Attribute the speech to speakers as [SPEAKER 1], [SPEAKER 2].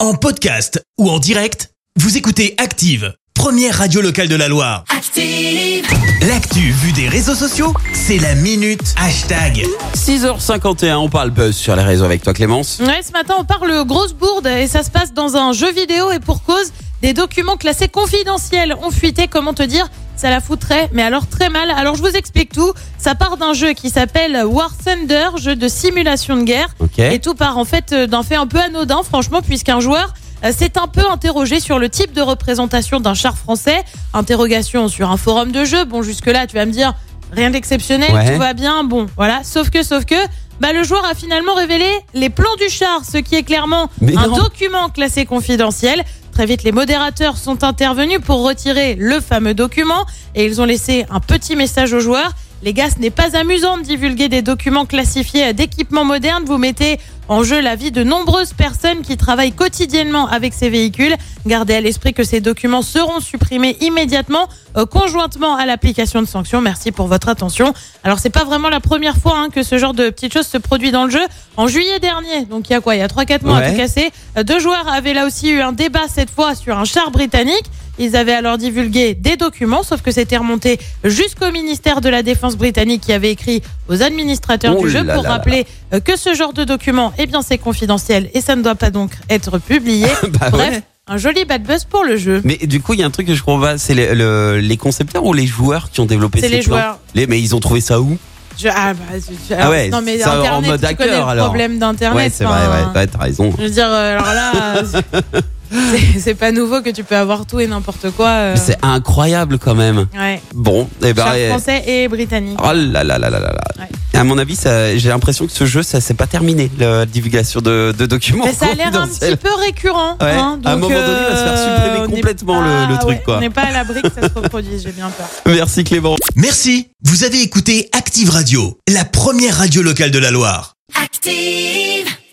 [SPEAKER 1] En podcast ou en direct, vous écoutez Active, première radio locale de la Loire.
[SPEAKER 2] Active.
[SPEAKER 1] L'actu vue des réseaux sociaux, c'est la minute hashtag.
[SPEAKER 3] 6h51, on parle buzz sur les réseaux avec toi Clémence.
[SPEAKER 4] Ouais, ce matin, on parle grosse bourde et ça se passe dans un jeu vidéo et pour cause, des documents classés confidentiels ont fuité. Comment te dire Ça la foutrait, mais alors très mal. Alors je vous explique tout. Ça part d'un jeu qui s'appelle War Thunder, jeu de simulation de guerre.
[SPEAKER 3] Ok.
[SPEAKER 4] Et tout part en fait euh, d'un fait un peu anodin, franchement, puisqu'un joueur euh, s'est un peu interrogé sur le type de représentation d'un char français. Interrogation sur un forum de jeu. Bon, jusque-là, tu vas me dire rien d'exceptionnel,
[SPEAKER 3] Ouais.
[SPEAKER 4] tout va bien. Bon, voilà. Sauf que, sauf que, bah, le joueur a finalement révélé les plans du char, ce qui est clairement
[SPEAKER 3] Mais
[SPEAKER 4] un
[SPEAKER 3] non.
[SPEAKER 4] document classé confidentiel. Très vite, les modérateurs sont intervenus pour retirer le fameux document et ils ont laissé un petit message aux joueurs. Les gars, ce n'est pas amusant de divulguer des documents classifiés d'équipements modernes. Vous mettez en jeu la vie de nombreuses personnes qui travaillent quotidiennement avec ces véhicules. Gardez à l'esprit que ces documents seront supprimés immédiatement, euh, conjointement à l'application de sanctions. Merci pour votre attention. Alors, c'est pas vraiment la première fois hein, que ce genre de petites choses se produit dans le jeu. En juillet dernier, donc il y a quoi Il y a 3-4 mois à
[SPEAKER 3] Ouais.
[SPEAKER 4] tout casser, euh, deux joueurs avaient là aussi eu un débat cette fois sur un char britannique. Ils avaient alors divulgué des documents, sauf que c'était remonté jusqu'au ministère de la Défense britannique qui avait écrit aux administrateurs
[SPEAKER 3] Oh
[SPEAKER 4] du jeu
[SPEAKER 3] là
[SPEAKER 4] pour
[SPEAKER 3] là là.
[SPEAKER 4] rappeler euh, que ce genre de document, eh bien, c'est confidentiel et ça ne doit pas donc être publié.
[SPEAKER 3] Bah
[SPEAKER 4] Bref,
[SPEAKER 3] ouais.
[SPEAKER 4] un joli bad buzz pour le jeu.
[SPEAKER 3] Mais du coup, il y a un truc que je comprends pas, c'est les, le- les concepteurs ou les joueurs qui ont développé
[SPEAKER 4] C'est
[SPEAKER 3] ces
[SPEAKER 4] les
[SPEAKER 3] plans
[SPEAKER 4] joueurs.
[SPEAKER 3] Les, mais ils ont trouvé ça où
[SPEAKER 4] Je- ah, bah, je- je-
[SPEAKER 3] Ah ouais,
[SPEAKER 4] non mais
[SPEAKER 3] ça, en
[SPEAKER 4] Internet,
[SPEAKER 3] mode
[SPEAKER 4] tu connais
[SPEAKER 3] hacker,
[SPEAKER 4] le
[SPEAKER 3] alors.
[SPEAKER 4] problème d'internet.
[SPEAKER 3] Ouais, c'est
[SPEAKER 4] enfin,
[SPEAKER 3] vrai, ouais, ouais, t'as raison.
[SPEAKER 4] Je veux dire, euh, alors là, euh, c'est- c'est pas nouveau que tu peux avoir tout et n'importe quoi. euh,
[SPEAKER 3] Mais C'est incroyable quand même.
[SPEAKER 4] ouais.
[SPEAKER 3] Bon, et ben.
[SPEAKER 4] Char
[SPEAKER 3] eh,
[SPEAKER 4] français et britannique.
[SPEAKER 3] Oh là là là là là là.
[SPEAKER 4] Ouais.
[SPEAKER 3] À mon avis, ça- j'ai l'impression que ce jeu, ça s'est pas terminé, la divulgation de, de documents.
[SPEAKER 4] Mais ça a l'air un petit
[SPEAKER 3] confidentiels.
[SPEAKER 4] peu récurrent.
[SPEAKER 3] Ouais.
[SPEAKER 4] hein,
[SPEAKER 3] À un
[SPEAKER 4] donc,
[SPEAKER 3] moment donné, il va se faire
[SPEAKER 4] euh,
[SPEAKER 3] supprimer
[SPEAKER 4] on n'est
[SPEAKER 3] complètement le- le
[SPEAKER 4] pas-
[SPEAKER 3] truc,
[SPEAKER 4] ouais,
[SPEAKER 3] quoi.
[SPEAKER 4] On n'est pas à l'abri que ça se reproduise, j'ai bien peur.
[SPEAKER 3] Merci Clément.
[SPEAKER 1] Merci, vous avez écouté Active Radio, la première radio locale de la Loire.
[SPEAKER 2] Active.